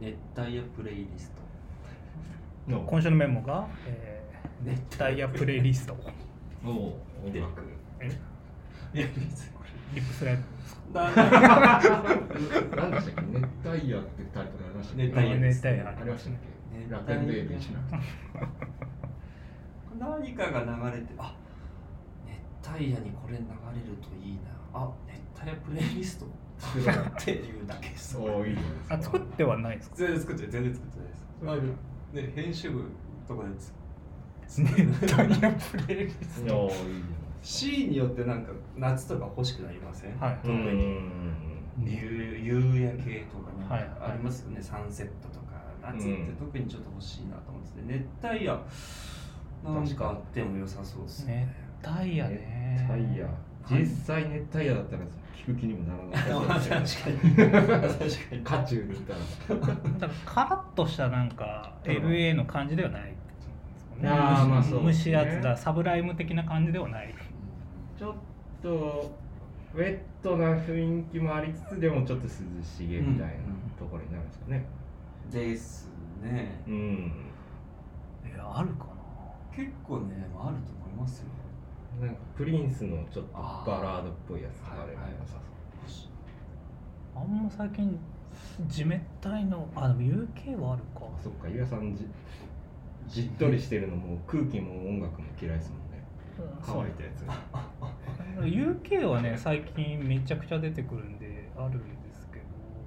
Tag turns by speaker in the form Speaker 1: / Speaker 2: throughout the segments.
Speaker 1: 熱帯夜プレイリスト
Speaker 2: の
Speaker 3: 今週のメモが、え
Speaker 1: 熱
Speaker 3: ー、ダイヤプレイリスト。
Speaker 2: おお
Speaker 1: 見て
Speaker 2: 音
Speaker 1: る
Speaker 2: 楽
Speaker 3: え
Speaker 1: いや別にこ
Speaker 3: リップスライド。
Speaker 1: れだ
Speaker 2: 何でしたっけ熱帯夜ってタイトルありましたっけ
Speaker 1: 熱帯夜です
Speaker 3: 熱帯夜
Speaker 2: ありましたっけ
Speaker 1: 熱帯夜
Speaker 2: ラテンベイビーしなくて
Speaker 1: 何かが流れてあ熱帯夜にこれ流れるといいなあ熱帯夜プレイリストっていうだけです
Speaker 2: そういいじゃないですか
Speaker 3: あ、作ってはないですか
Speaker 1: 全然作ってない全然作ってないですあのね編集部とかでつ
Speaker 3: 熱 帯夜プレイリスト。
Speaker 2: おおいいじゃないです
Speaker 1: C によってなんか夏とか欲しくなりません、
Speaker 3: はい
Speaker 2: か
Speaker 1: 特に
Speaker 3: うん
Speaker 1: 夕夕焼けとか
Speaker 3: は
Speaker 1: ないんかありますよね、サンセットとか夏って特にちょっと欲しいなと思ってて、熱帯夜なんかあっても良さそうですね
Speaker 3: 熱帯夜ね。
Speaker 2: 熱帯夜実際熱帯夜だったら聞く気にもなら
Speaker 1: 確
Speaker 2: な
Speaker 1: か
Speaker 2: い
Speaker 1: に確かに
Speaker 2: 渦中にいたら
Speaker 3: だからカラッとしたなんか LA の感じではないですもんね。
Speaker 2: あーまあそう
Speaker 3: 蒸
Speaker 2: です
Speaker 3: し
Speaker 2: ね
Speaker 3: 暑だ、サブライム的な感じではない。
Speaker 2: ちょっとウェットな雰囲気もありつつでもちょっと涼しげみたいなところになるんですかね
Speaker 1: ですね
Speaker 2: うん、
Speaker 3: いや、あるか
Speaker 1: 結構ねあると思いますよ
Speaker 2: なんかプリンスのちょっとバラードっぽいやつとかでも良さ
Speaker 3: な。あんま最近、ジメッタイの、あ、でも UK はあるか
Speaker 2: そう。あそっか岩さんじじっとりしてるのも空気も音楽も嫌いですもんね
Speaker 3: うんそう
Speaker 2: 乾いたやつが
Speaker 3: UK はね最近めちゃくちゃ出てくるんであるんですけ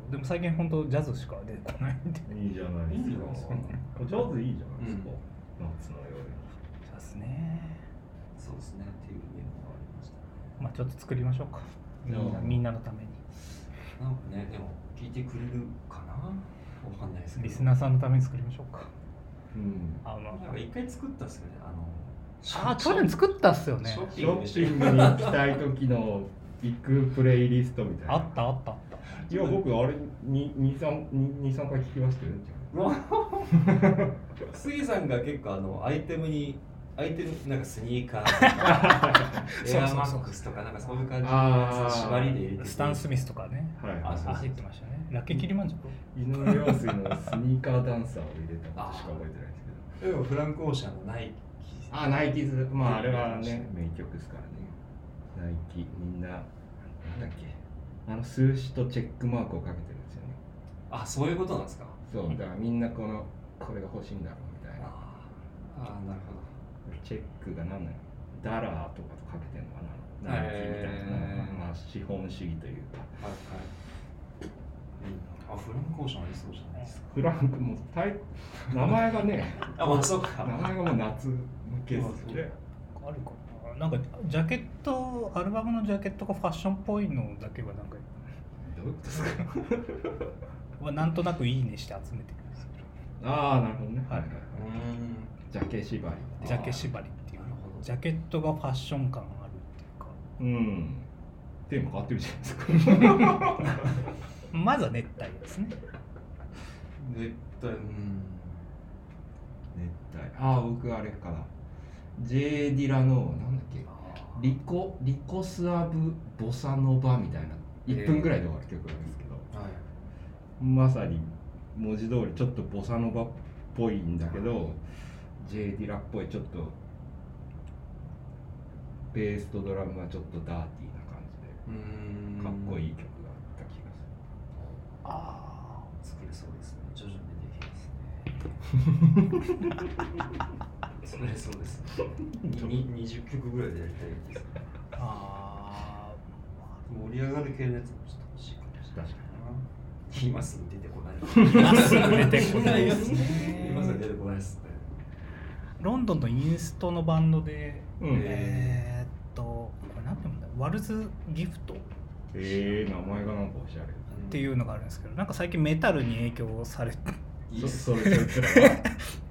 Speaker 3: どでも最近本当ジャズしか出てこないんで
Speaker 2: いいじゃないい
Speaker 1: い
Speaker 2: で
Speaker 1: ですす
Speaker 2: か
Speaker 1: か
Speaker 2: お上手いいじゃないですか、
Speaker 1: うん
Speaker 2: 夏の夜に
Speaker 3: ジャズね
Speaker 1: そうですねっていうメモがありました
Speaker 3: まあちょっと作りましょうかみんなみんなのために
Speaker 1: なんかねでも聞いてくれるかなわかんないですけど
Speaker 3: リスナーさんのために作りましょうか
Speaker 2: うん
Speaker 3: あの
Speaker 1: なんか一回作ったっすよねあの
Speaker 3: あ去年作ったっすよね
Speaker 1: ショッ
Speaker 2: シ
Speaker 1: ピン
Speaker 2: ョ
Speaker 1: グで
Speaker 2: ッ
Speaker 1: しょ
Speaker 2: ピングに行きたい時のビッグプレイリストみたいな
Speaker 3: あったあったあった
Speaker 2: いや僕あれ23回聞きましたよ
Speaker 1: 杉さんが結構あのアイテムにアイテムなんかスニーカーと かエアマックスとかなんかそういう感じのやつ縛りで入れてて
Speaker 3: スタン・スミスとかね
Speaker 2: はい
Speaker 1: あそう
Speaker 3: あ入ってましたねラッケキリマンジャロ
Speaker 2: 井上陽水のスニーカーダンサーを入れたことしか覚えてないんですけど
Speaker 1: でもフランク・オーシャンのナイキ
Speaker 2: あナイキズまああれはね名曲ですからねナイキみんななんだっけあの数字とチェックマークをかけてるんですよね
Speaker 1: あそういうことなんですか
Speaker 2: そうだからみんなこのこれが欲しいんだろうみたいな
Speaker 1: あーあーなるほど
Speaker 2: チェックが何なのダラーとかとかけてるのかなナイキみたいな、
Speaker 1: へー
Speaker 2: まあ資本主義というか
Speaker 1: はいはい、うん、あフランク・オーシャンありそうじゃないですか
Speaker 2: フランクもタイ名前がね
Speaker 1: あまあそうか
Speaker 2: 名前がもう夏向けですよね。
Speaker 3: あるかななんかジャケットアルバムのジャケットがファッションっぽいのだけはなんか
Speaker 2: どういうことですか。
Speaker 3: はなんとなくいいねして集めてるんですけど
Speaker 2: ああ、なるほどね。
Speaker 3: はい
Speaker 2: はいう
Speaker 1: ーん
Speaker 2: ジャケ縛り。
Speaker 3: ジャケ縛りっていう
Speaker 1: なるほど
Speaker 3: ジャケットがファッション感あるっていうか
Speaker 2: うん。テーマ変わってるじゃないですか。
Speaker 3: まずは熱帯ですね
Speaker 1: 絶対うん
Speaker 2: 熱帯。ああ、僕あれかな。J ・ディラの、なんだっけ、リコ、リコスアブ・ボサノバみたいな、1分ぐらいで終わる曲なんですけど、
Speaker 1: はい
Speaker 2: まさに文字通りちょっとボサノバっぽいんだけど、J ・ディラっぽい、ちょっと、ベースとドラムはちょっとダーティーな感じで。
Speaker 1: うーん
Speaker 2: かっこいい曲があった気がす
Speaker 3: あ
Speaker 1: 作れそうですね徐々にできますね作れそうですねにに20曲ぐらいでやりたいですね
Speaker 3: ああ
Speaker 1: 盛り上がる系のやつもちょっと欲しいかもしれないな
Speaker 2: 確
Speaker 1: 今すぐ出てこない
Speaker 3: 今すぐ出てこないですね
Speaker 1: 今すぐ出てこないですね
Speaker 3: ロンドンのインストのバンドで、
Speaker 2: る。
Speaker 1: うん
Speaker 3: えーっとこれ何て読むんだワルズギフトっ
Speaker 2: えー、名前がなんかおしゃれ。
Speaker 3: ていうのがあるんですけどなんか最近メタルに影響され
Speaker 1: いい
Speaker 2: そ
Speaker 1: っす
Speaker 2: それそいつ らが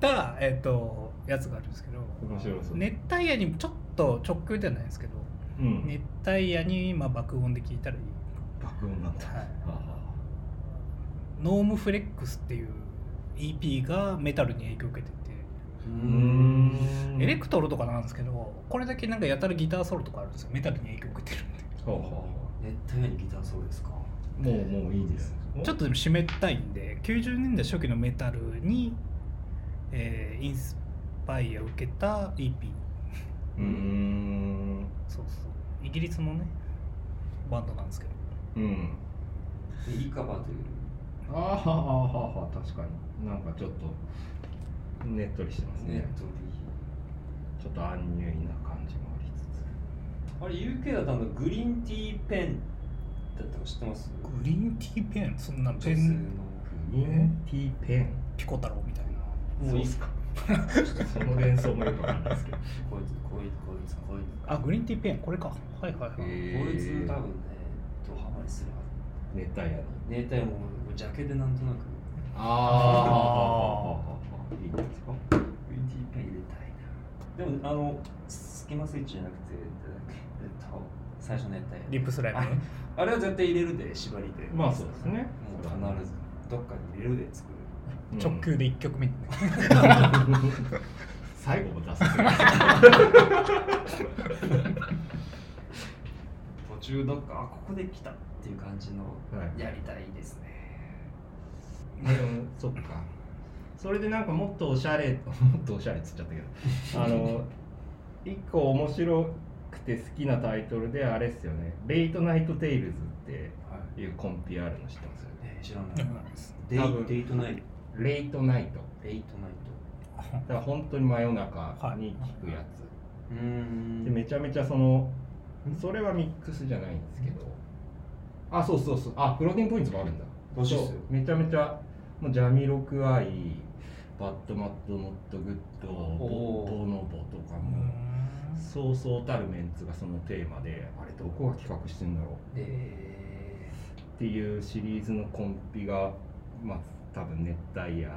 Speaker 3: た、 えーっとやつがあるんですけど
Speaker 2: 面白そう。
Speaker 3: 熱帯夜にちょっと直球ではないんですけど
Speaker 2: うん。
Speaker 3: 熱帯夜にまあ爆音で聞いたらいい
Speaker 2: 爆音なんだ。
Speaker 3: はい
Speaker 2: あ
Speaker 3: ノームフレックスっていう EP がメタルに影響を受けてて、
Speaker 1: うー
Speaker 2: ー
Speaker 1: ん
Speaker 3: エレクトロとかなんですけどこれだけなんかやたらギターソロとかあるんですよメタルに影響を受けてるんで
Speaker 2: ほうほ
Speaker 1: 熱帯夜にギターソロですか
Speaker 2: もうもういいです
Speaker 3: ちょっとでも湿ったいんで90年代初期のメタルに、えーインスパイアを受けた EP
Speaker 2: うーん
Speaker 3: そうそうイギリスのねバンドなんですけど
Speaker 2: うん
Speaker 1: イカバという
Speaker 2: あーはははは確かになんかちょっとねっとりしてます
Speaker 1: ネッ
Speaker 2: ね
Speaker 1: ト
Speaker 2: ちょっとアンニュイな感じもありつつ
Speaker 1: であれ UK だったのグリーンティーペンだったか知ってます
Speaker 3: グリーンティーペンそんなペ
Speaker 1: 女性の
Speaker 3: ン
Speaker 2: グリーンティーペン
Speaker 3: ピコ太郎みたいな
Speaker 1: もういいっす
Speaker 2: かその連想もよくわかんない ですけど
Speaker 1: こいつこいつこいつこいつ
Speaker 3: あグリーンティーペンこれかはいはいはい、
Speaker 2: へ
Speaker 1: こいつ多分ねドハマりするはず
Speaker 2: 熱帯夜の
Speaker 1: ネタもジャケでなんとなく
Speaker 2: ああいいんですか
Speaker 1: グリーンティーペン入れたいなでもあのスキマスイッチじゃなくてなんだっけえっと最初のやったやつ
Speaker 3: リップスライムね
Speaker 1: あれは絶対入れるで縛りで
Speaker 2: まあそうですね
Speaker 1: もう必ずどっかに入れるで作る
Speaker 3: 直球で1曲 目、
Speaker 2: 最後も 出す
Speaker 1: 途中どっかあここで来たっていう感じの
Speaker 2: はい
Speaker 1: やりたいですね
Speaker 2: でもそっかそれでなんかもっとおしゃれ もっとおしゃれっつっちゃったけどあの一個面白くて好きなタイトルであれっすよね「レイトナイト・テイルズ」っ
Speaker 1: はい
Speaker 2: ていうコンピあるの知ってますよね
Speaker 1: えー知ら
Speaker 3: う
Speaker 1: ない
Speaker 3: ん
Speaker 1: デイ
Speaker 2: 多分
Speaker 1: デイトナイト
Speaker 2: レイトナイト
Speaker 1: デイトナイ
Speaker 2: だから本当に真夜中に聞くやつ、
Speaker 1: トうーん
Speaker 2: でめちゃめちゃそのそれはミックスじゃないんですけどあそうそうそうあフローティングポイントもあるんだ
Speaker 1: らしいっすよ
Speaker 2: そうめちゃめちゃもうジャミロクアイバッドマッドノットグッド
Speaker 1: お
Speaker 2: ボ
Speaker 1: ー
Speaker 2: ボノボとかも、そうそうたるメンツがそのテーマであれどこが企画してんだろう
Speaker 1: え
Speaker 2: っていうシリーズのコンピがまあ多分熱帯夜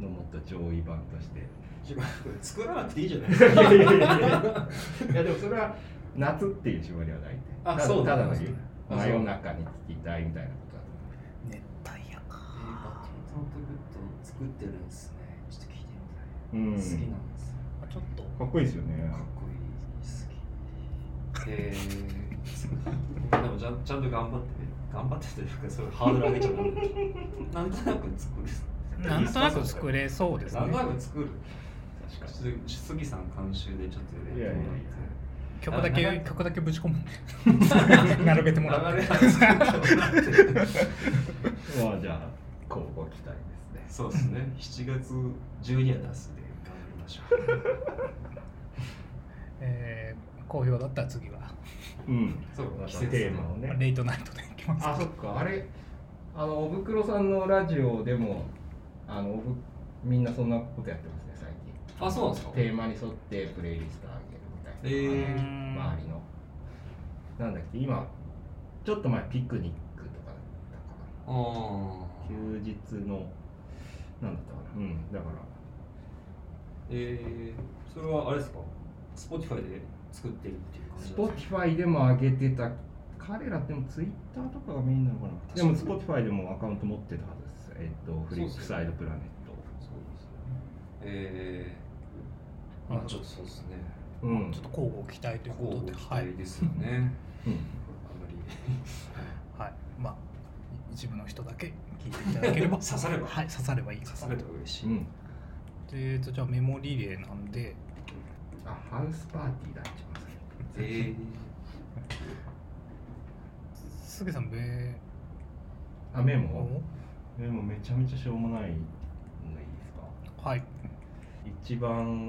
Speaker 2: のもっと上位版として
Speaker 1: ー作らなくていいじゃない
Speaker 2: いやいやいやいや いやでもそれは夏っていう縛りはないんで
Speaker 1: あ
Speaker 2: ただ
Speaker 1: そう
Speaker 2: ただの
Speaker 1: そうあ
Speaker 2: 真夜中に聴きたいみたいなことだと
Speaker 3: 熱帯夜
Speaker 1: えー、バッド
Speaker 3: か
Speaker 1: マッドノットグッドを作ってるんですね。ちょっと聞いてみたい。
Speaker 2: 思う、
Speaker 1: 好きなんですよ。
Speaker 3: あちょっと
Speaker 2: かっこいいですよね
Speaker 1: かっこいい、好き。えー、でもちゃんちゃんと頑張って、頑張ってというか、それハードル上げちゃダメだなんとなく作る。
Speaker 3: なんとなく作
Speaker 1: る。
Speaker 3: れそうですね
Speaker 1: なんとなく作る。
Speaker 2: 確か
Speaker 1: ちょっと杉さん監修でちょっと入れてもらって。
Speaker 3: 曲だ
Speaker 1: あな
Speaker 3: け
Speaker 1: んか
Speaker 3: 曲だけぶち込むんで並べてもらっ
Speaker 1: 流れ
Speaker 3: て
Speaker 1: 作ってもらって。
Speaker 2: にまあじゃあ交互期待ですね
Speaker 1: そうですね。7月中には出すんで頑張りましょう。
Speaker 3: えー好評だったら次は
Speaker 2: うん
Speaker 1: そう
Speaker 2: ま
Speaker 1: 季
Speaker 2: た
Speaker 1: 節
Speaker 2: テーマをね
Speaker 3: レイトナイトでいきます
Speaker 2: あそっかあれあのおぶくろさんのラジオでもあのおぶみんなそんなことやってますね最近
Speaker 1: あ、そうなんですか。
Speaker 2: テーマに沿ってプレイリストあげるみたいな、
Speaker 1: えー
Speaker 3: うーん
Speaker 2: 周りのなんだっけ今ちょっと前ピクニックとかだったかな
Speaker 1: ああ。
Speaker 2: 休日のなんだったかなうんだから
Speaker 1: えー、それはあれですか Spotify で作ってるっていう感じなんです
Speaker 2: Spotify でも上げてた彼らっても Twitter とかがメインなのかなでも Spotify でもアカウント持ってたはずですえっとフリックサイドプラネッ
Speaker 1: かそうですねえー、まあちょっとそうですね
Speaker 2: トうん
Speaker 3: ちょっと交互期待という
Speaker 1: こ
Speaker 3: こと
Speaker 1: う
Speaker 3: で
Speaker 1: 期
Speaker 3: はい
Speaker 1: 待、ですよね、
Speaker 2: うん
Speaker 1: あんまり
Speaker 3: はい、まあ一部の人だけ聞いていただけ れば
Speaker 1: 刺されば
Speaker 3: はい刺さればいいです
Speaker 1: 刺されたら嬉しい、
Speaker 2: うん
Speaker 3: えーとじゃあメモリレーなんで
Speaker 2: あハウスパーティーだ一番最初
Speaker 1: え
Speaker 3: すげさんべ
Speaker 2: あメモメモめちゃめちゃしょうもないのがいいですか
Speaker 3: はい
Speaker 2: 一番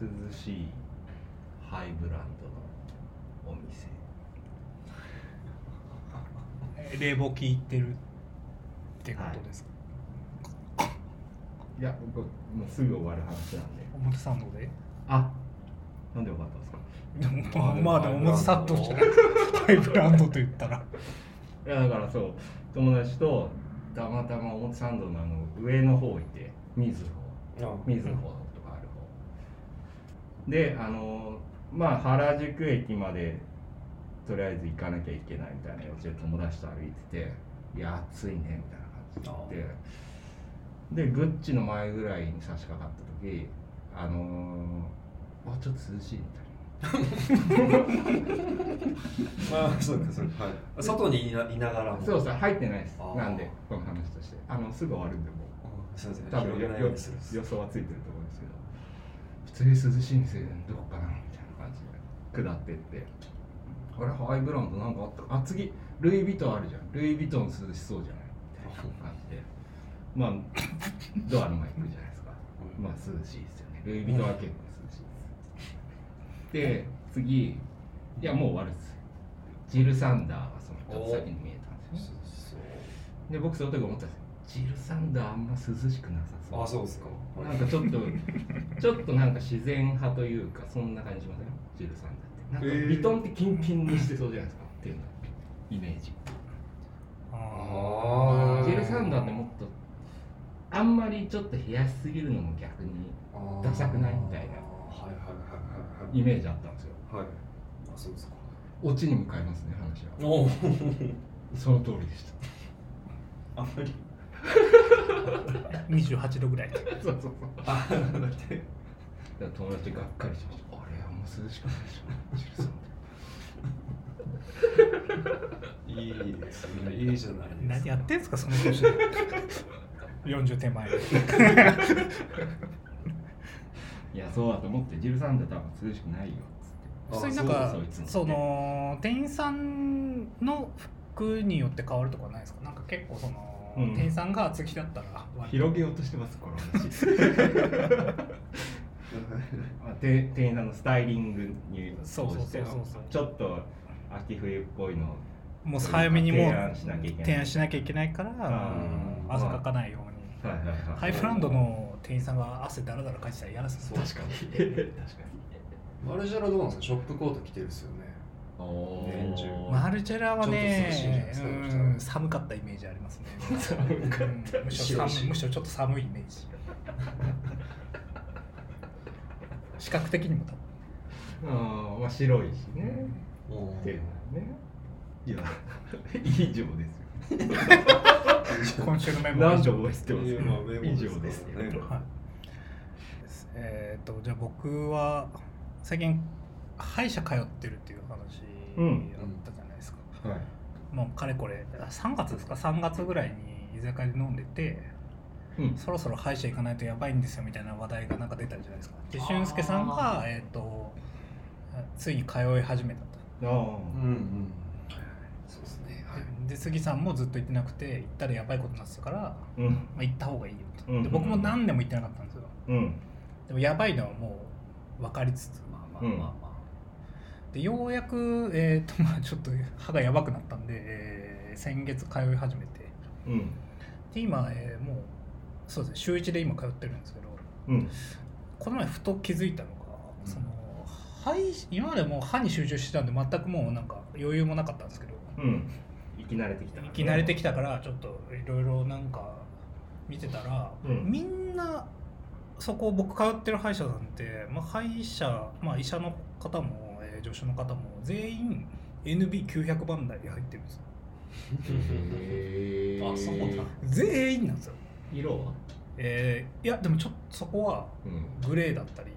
Speaker 2: 涼しいハイブランドのお店
Speaker 3: えー冷房効いてるってことですか、
Speaker 2: いや僕もうすぐ終わる話なんで
Speaker 3: 表参道で
Speaker 2: あなんで分かったんですか
Speaker 3: でもまあ
Speaker 1: あ
Speaker 3: まあでもまずさっとしてハイブランドと言ったら
Speaker 2: いやだからそう友達とたまたま表参道のあの上の方行ってみずほ
Speaker 1: ー、あ
Speaker 2: みずほとかある方であのまあ原宿駅までとりあえず行かなきゃいけないみたいな予定で友達と歩いてて「いや暑いね」みたいな感じで言ってでグッチの前ぐらいに差し掛かった時あのーあちょっと涼しいみたいな
Speaker 1: まあそうかそうか、はい、外にいないながらも
Speaker 2: そうさ入ってないです
Speaker 1: あー
Speaker 2: なんでこの話としてあのすぐ終わるんでもう
Speaker 1: うんすいません
Speaker 2: 多
Speaker 1: 広
Speaker 2: 分よ
Speaker 1: げ
Speaker 2: よ
Speaker 1: ないよう
Speaker 2: 予
Speaker 1: にする
Speaker 2: 想はついてると思うんですけど普通に涼しいんですよどこかなみたいな感じで下ってってあれハイブランドなんかあったあ次ルイ・ヴィトンあるじゃんルイ・ヴィトン涼しそうじゃないみたいな感じでまあドアの前行くじゃないですかまあ涼しいですよねルイ・ヴィトンは結構涼しいですで次いやもう終わるっすジル・サンダーがそのちょっと先に見えたんですよね
Speaker 1: そう
Speaker 2: で僕その時思ったんですよジルサンダーあんま涼しくなさそう
Speaker 1: あそうですか
Speaker 2: なんかちょっとちょっとなんか自然派というかそんな感じしませんジルサンダーってな
Speaker 1: へ
Speaker 2: んか
Speaker 1: ー
Speaker 2: ビトンってキンキンにしてそうじゃないですかっていうのイメージ
Speaker 3: あ
Speaker 1: ああ
Speaker 2: ジルサンダーってもっとあんまりちょっと冷やしすぎるのも逆にダサくないみた
Speaker 1: はいは
Speaker 2: いな
Speaker 1: いはいはい
Speaker 2: イメージあったんですよ
Speaker 1: はいはいあそうですか
Speaker 2: オチに向かいますね話は
Speaker 1: おお
Speaker 2: その通りでした
Speaker 1: あんまり
Speaker 3: あ28度ぐらい
Speaker 2: そうそうそう
Speaker 1: あだって
Speaker 2: だから友達がっかりしましたあれあんま涼しくないでしょ ジルサンダー
Speaker 1: いいですね いいじゃないですか
Speaker 3: 何やってんすかその年で40手前で
Speaker 2: いやそうだと思ってジルサンダー多分涼しくないよ
Speaker 1: あ
Speaker 3: 普通になんか
Speaker 2: そうそういつも
Speaker 3: その店員さんの服によって変わるとかないですかなんか結構その、
Speaker 2: うん
Speaker 3: 店員さんが厚着だったら割と
Speaker 2: 広げようとしてますこの 話まあて店員さんのスタイリングに
Speaker 3: そうそうそうそうそう
Speaker 2: ちょっと秋冬っぽいの
Speaker 3: もう早めにも
Speaker 2: 提案
Speaker 3: う
Speaker 2: しなきゃいけない
Speaker 3: 提案しなきゃいけないから
Speaker 2: うん
Speaker 3: 汗かかないように、
Speaker 2: はいはいはい
Speaker 3: ハイブランドの店員さんが汗だらだらかいてたら嫌ですね
Speaker 1: 確かに
Speaker 2: 確か
Speaker 1: マルジェラどうなんですかショップコート着てるですよね
Speaker 2: にお
Speaker 1: ー年中
Speaker 3: マルチェラはね
Speaker 1: ちょっと涼しいじゃないですか
Speaker 3: うん寒かったイメージありますね
Speaker 2: 寒かっ
Speaker 3: うんむし
Speaker 1: 白
Speaker 3: ろ
Speaker 1: いし
Speaker 3: 寒いむしろちょっと寒いイメージ視覚的にも多
Speaker 2: あ
Speaker 3: 分
Speaker 2: ーまあ白いしね
Speaker 1: おお
Speaker 2: っていうのはねいや以上ですよ
Speaker 3: 今週のメモは以
Speaker 2: 何
Speaker 3: 上
Speaker 2: 度も言ってますけ
Speaker 1: いやまあメ
Speaker 2: ど
Speaker 1: モ
Speaker 2: 以
Speaker 1: ですからね
Speaker 2: 上ですよ
Speaker 3: はいですえっ、とじゃあ僕は最近歯医者通ってるっていう話あったじゃないですか、
Speaker 2: はい
Speaker 3: もうかれこれあ3月ですか3月ぐらいに居酒屋で飲んでて
Speaker 2: うん
Speaker 3: そろそろ歯医者行かないとやばいんですよみたいな話題がなんか出たじゃないですかで俊介さんが、えー、とついに通い始めた
Speaker 2: あ
Speaker 3: と
Speaker 1: うん
Speaker 2: ー
Speaker 1: うんそうですねはい
Speaker 3: で杉さんもずっと行ってなくて行ったらやばいことになってたから、
Speaker 2: うん
Speaker 3: まあ、行った方がいいよと、
Speaker 2: うん
Speaker 3: で僕も何年も行ってなかったんですよ
Speaker 2: うん
Speaker 3: でもやばいのはもう分かりつつ
Speaker 1: まあま
Speaker 2: あまあ
Speaker 3: でようやく、えーと まあ、ちょっと歯がやばくなったんで、えー先月通い始めて
Speaker 2: うん
Speaker 3: で今、えーもうそうですね週1で今通ってるんですけど
Speaker 2: うん
Speaker 3: この前ふと気づいたのが、
Speaker 1: うん
Speaker 3: その歯医今までもう歯に集中してたんで全くもうなんか余裕もなかったんですけど
Speaker 2: うん生き慣れてきた
Speaker 3: 生き慣れてきたからちょっといろいろなんか見てたら、
Speaker 2: うん
Speaker 3: みんなそこ僕通ってる歯医者さんって、まあ、歯医者、まあ、医者の方も、えー助手の方も全員 NB900 番台に入ってるんですよ
Speaker 2: へー
Speaker 1: あそうなんだ
Speaker 3: 全員なんですよ、
Speaker 2: 色は
Speaker 3: えーいやでもちょっとそこは
Speaker 2: うん
Speaker 3: グレーだったり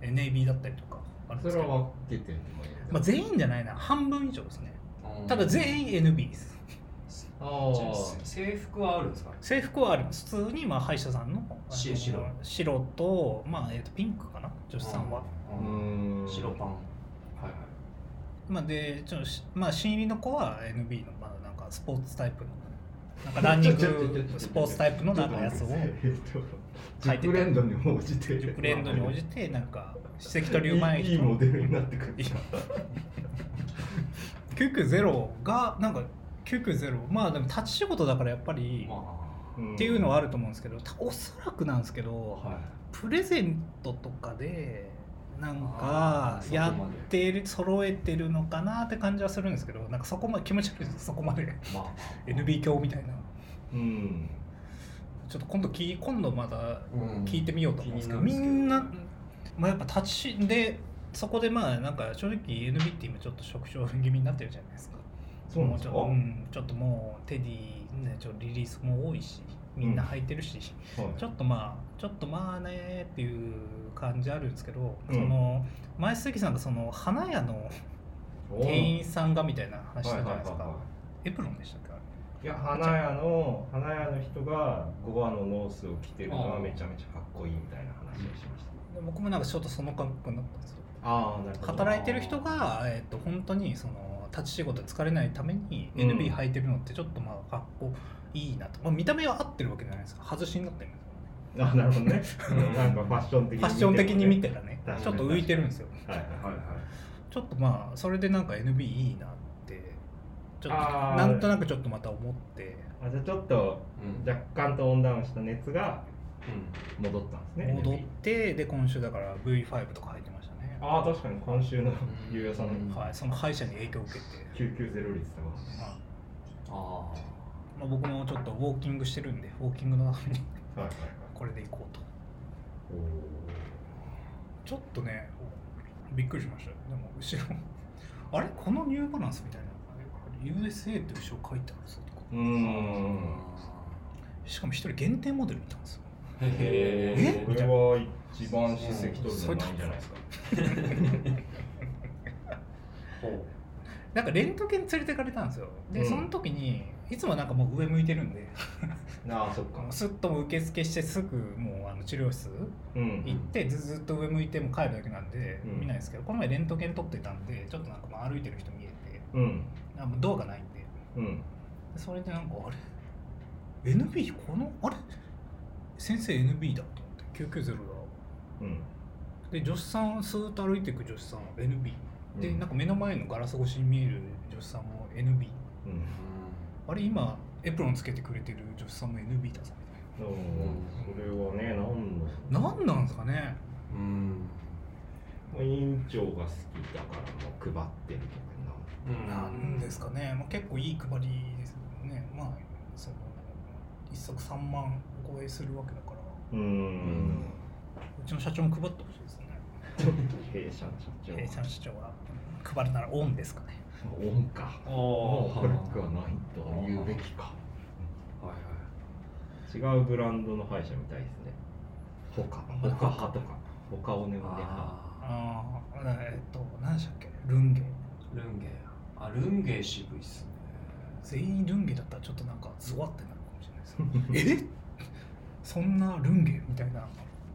Speaker 3: えーネイビーだったりとかあるんで
Speaker 2: そ
Speaker 3: す
Speaker 2: れ
Speaker 3: けど、
Speaker 2: は分けてるのもいい
Speaker 3: まあ、全員じゃないな半分以上ですね
Speaker 1: うん
Speaker 3: ただ全員 NB です
Speaker 2: あ
Speaker 1: じゃあ
Speaker 2: ー
Speaker 1: 制服はあるんですか
Speaker 3: 制服はあります普通にまあ歯医者さんのあの
Speaker 1: し白
Speaker 3: 白と、まあえー、とピンクかな女子さんは、
Speaker 2: う
Speaker 1: うん
Speaker 2: ーん
Speaker 1: 白パンはいはい
Speaker 3: まあ、でちょっとしまあ新入りの子は NB のまあなんかスポーツタイプのなんかランニン
Speaker 2: ちょちょちょちょ
Speaker 3: グ
Speaker 2: ちょ
Speaker 3: スポーツタイプのなんかやつを
Speaker 2: ちょっと待ってえっと
Speaker 3: 書いてた
Speaker 2: 熟練度に応じて
Speaker 3: 熟練度に応じてなんか歯石取りうまい
Speaker 2: いいい
Speaker 3: 人
Speaker 2: モデルになってくる
Speaker 3: 990がなんか990まあでも立ち仕事だからやっぱり、
Speaker 1: ま
Speaker 3: っていうのはあ
Speaker 2: る
Speaker 3: ると思うんですけどたおそらくなんですけ
Speaker 1: あ
Speaker 3: ど
Speaker 1: はい
Speaker 3: プレゼントとかでなん
Speaker 1: あー
Speaker 3: か
Speaker 1: そこまで
Speaker 3: やってる揃えてるのかなって感じはするんですけどなんかそこまで気持ち悪いですそこまで
Speaker 1: まあまあ
Speaker 3: NB 教みたいな
Speaker 2: うん
Speaker 3: ちょっと今度聞い今度また
Speaker 1: うん
Speaker 3: 聞いてみようと思うんですけど、
Speaker 1: 気
Speaker 3: み
Speaker 1: に
Speaker 3: ん
Speaker 1: な
Speaker 3: な
Speaker 1: るんですけど、
Speaker 3: まあ、やっぱ立ちでそこでまあなんか正直 NB って今ちょっと縮小気味になってるじゃないですか
Speaker 2: そうなんですか
Speaker 3: もうちょっと、うん、ちょっともうテディ、ね、ちょっとリリースも多いしみんな履いてるし、
Speaker 2: はい
Speaker 3: ちょっとまあちょっとまあねっていう感じあるんですけど、
Speaker 2: うん
Speaker 3: その前杉さんがその花屋の
Speaker 2: おー
Speaker 3: 店員さんがみたいな話し
Speaker 2: はいはい
Speaker 3: たじゃな
Speaker 2: は
Speaker 3: いですか、
Speaker 2: いはい
Speaker 3: エプロンでしたっけあれ
Speaker 2: いや花屋の花屋の人がゴアのノースを着てるの
Speaker 1: あ
Speaker 2: は
Speaker 1: ー
Speaker 2: めちゃめちゃかっこいいみたいな話をしました。
Speaker 3: で僕もなんかちょっとその感覚になったんですよ
Speaker 2: ああなる
Speaker 3: 働いてる人が、えっと本当にその立ち仕事で疲れないために
Speaker 2: うん
Speaker 3: NB 履いてるのってちょっとまあかっこいいなと、まあ、見た目は合ってるわけじゃないですか外しになってるんですよね
Speaker 2: あなるほどね。
Speaker 1: うん
Speaker 2: なんかファッション的に見てもね
Speaker 3: ファ
Speaker 2: 確
Speaker 3: ッション的に見てらねち
Speaker 2: か
Speaker 3: ょ
Speaker 2: に
Speaker 3: っと浮いてるんですよ
Speaker 2: はいはい
Speaker 1: はいはい
Speaker 3: ちょっとまあそれでなんか NB いいなってちょっと
Speaker 2: あー
Speaker 3: なんとなくちょっとまた思って
Speaker 2: あじゃあちょっと
Speaker 1: うん
Speaker 2: 若干トーンダウンした熱が
Speaker 1: うん
Speaker 2: 戻ったんですね。
Speaker 3: 戻ってで今週だから V5 とか入ってましたね
Speaker 2: ああ確かに今週のゆうやさんの
Speaker 1: うん
Speaker 3: はいその歯医者に影響を受けて、
Speaker 2: 990率とか。
Speaker 3: まあ
Speaker 1: あ
Speaker 3: まあ、僕もちょっとウォーキングしてるんでウォーキングの中に
Speaker 2: はいはいはい。
Speaker 3: これで行こうと
Speaker 2: お
Speaker 3: ちょっとねびっくりしましたよでも後ろあれこのニューバランスみたいなのがね USA って後ろ書いてあるぞとか
Speaker 2: ーうー
Speaker 1: ー
Speaker 2: ん。
Speaker 3: しかも一人限定モデルいたんですよ
Speaker 1: へ
Speaker 2: これは一番出席取るのないんじゃないですか。
Speaker 1: ーほう
Speaker 3: なんかレントゲン連れてかれたんですよで、
Speaker 2: うん
Speaker 3: その時にいつもなんかもう上向いてるんで
Speaker 2: ああそっか。
Speaker 3: すっともう受付してすぐもうあの治療室
Speaker 2: うん
Speaker 3: 行ってずずっと上向いても帰るだけなんで
Speaker 2: うん
Speaker 3: 見ないですけど、この前レントゲン撮ってたんでちょっとなんかまあ歩いてる人見えて
Speaker 2: うん
Speaker 3: あもうドアがないんで
Speaker 2: うん。
Speaker 3: でそれでなんかあれ NB このあれ先生 NB だと思って990だ
Speaker 2: うん
Speaker 3: で女子さんスーッと歩いていく女子さんは NB で、
Speaker 2: うん
Speaker 3: なんか目の前のガラス越しに見える女子さんも NB
Speaker 2: うん。
Speaker 3: あれ今エプロンつけてくれてる女子さんも NB だぞみたい
Speaker 2: でもそれはね、なんの
Speaker 3: な何なんですかね
Speaker 1: うんうん
Speaker 2: まあ委員長が好きだからもう配ってる
Speaker 1: う
Speaker 3: なんですかね、まあ、結構いい配りですよねまあその一足3万超えするわけだから
Speaker 2: けどな。うん。
Speaker 3: うちの社長も配ってほしいですね
Speaker 2: ちょっと弊社の社長。
Speaker 3: 弊社の社長は配るならオンですかね
Speaker 2: オンか。
Speaker 1: ああ
Speaker 2: もうブラックは
Speaker 1: は
Speaker 2: ないと言うべきか。
Speaker 1: いはい
Speaker 2: 違うブランドの歯医者みたいですね。ほか。ほか歯とか。ほかおねおね歯。
Speaker 1: あ
Speaker 3: ああえっと何でしたっけルンゲ
Speaker 1: ールンゲあルンゲ渋いっすね
Speaker 3: 全員ルンゲだったらちょっとなんかゾワってなるかもしれない ですえそんなルンゲみたいな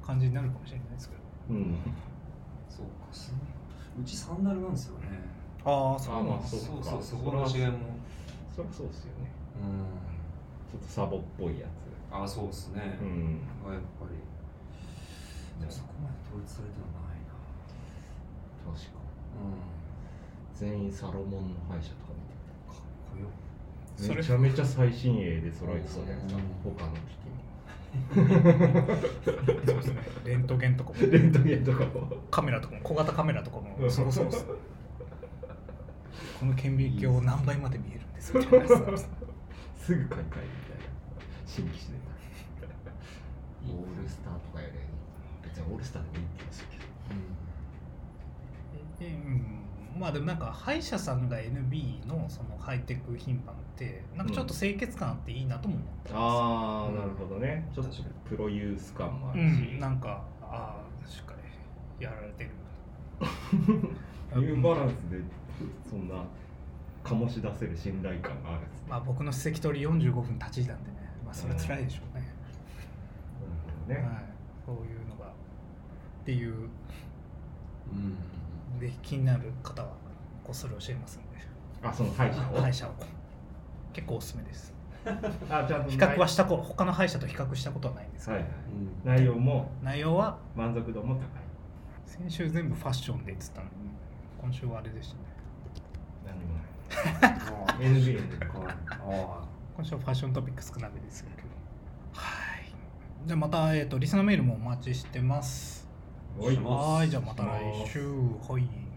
Speaker 3: 感じになるかもしれないですけ
Speaker 2: う
Speaker 3: ど
Speaker 2: ん。
Speaker 1: そうかすうちサンダルなんですよね
Speaker 3: ああ
Speaker 2: そ
Speaker 3: そうう
Speaker 2: なん
Speaker 3: な
Speaker 2: で
Speaker 3: ん
Speaker 2: す
Speaker 3: です
Speaker 1: そ
Speaker 2: そうっか
Speaker 1: そうそこの違いも
Speaker 2: そりゃそうですよね。
Speaker 1: うん
Speaker 2: ちょっとサボっぽいや
Speaker 1: あそうっすね
Speaker 2: つ。うん。
Speaker 1: やっぱりでもそこまで統一されてはないな
Speaker 2: 確か。
Speaker 1: うん
Speaker 2: 全員サロモンの歯医者とか見てみたい
Speaker 1: かっこよ
Speaker 3: それ
Speaker 2: めちゃめちゃ最新鋭で揃えてそうじゃないですか
Speaker 1: うん
Speaker 2: 他の機
Speaker 3: そうですねレントゲンとかも
Speaker 2: 器もレントゲンとかも
Speaker 3: カメラとかも小型カメラとか
Speaker 2: う
Speaker 3: も
Speaker 2: ん
Speaker 3: そうそうそうこの顕微鏡を何倍まで見えるん ですみたいなさ
Speaker 2: すぐ買い替えるみたいな新規してたオールスターとかより別にオールスターでもいいって言うんですけど
Speaker 3: えうんまあでもなんか歯医者さんが NB のそのハイテク品番ってなんかちょっと清潔感あっていいなとも思ったんですよ
Speaker 2: ああなるほどねちょっと
Speaker 1: 確かに
Speaker 2: プロユース感もあ
Speaker 3: う
Speaker 2: るし、
Speaker 3: ん、なんかああしっかりやられてる
Speaker 2: ニューバランスでそんな醸し出せる信頼感があるんですね
Speaker 3: まあ僕の席取り45分立ちなんでねまあそれは辛いでしょうね、
Speaker 2: なるほど
Speaker 3: は
Speaker 2: ね
Speaker 3: い、そういうのがっていう
Speaker 1: うんうん
Speaker 3: で気になる方はこっそり教えますんで
Speaker 2: あその歯医者を、
Speaker 3: 歯医者を結構おすすめです
Speaker 2: あちゃんと
Speaker 3: 比較は
Speaker 2: し
Speaker 3: したこ他の歯医者と比較したことはないんですけ
Speaker 2: は
Speaker 3: ど、
Speaker 2: いはい
Speaker 1: うん
Speaker 2: 内容も
Speaker 3: 内容は
Speaker 2: 満足度も高い
Speaker 3: 先週全部ファッションでっつったのに今週はあれでしたね
Speaker 2: 何もない
Speaker 1: あ
Speaker 2: NB
Speaker 1: ああ
Speaker 3: 今週はファッショントピック少なめですけどはいじゃあまた、えー、とリスナーメールもお待ちしてます
Speaker 1: お願いします
Speaker 3: はいじゃあまた来週はい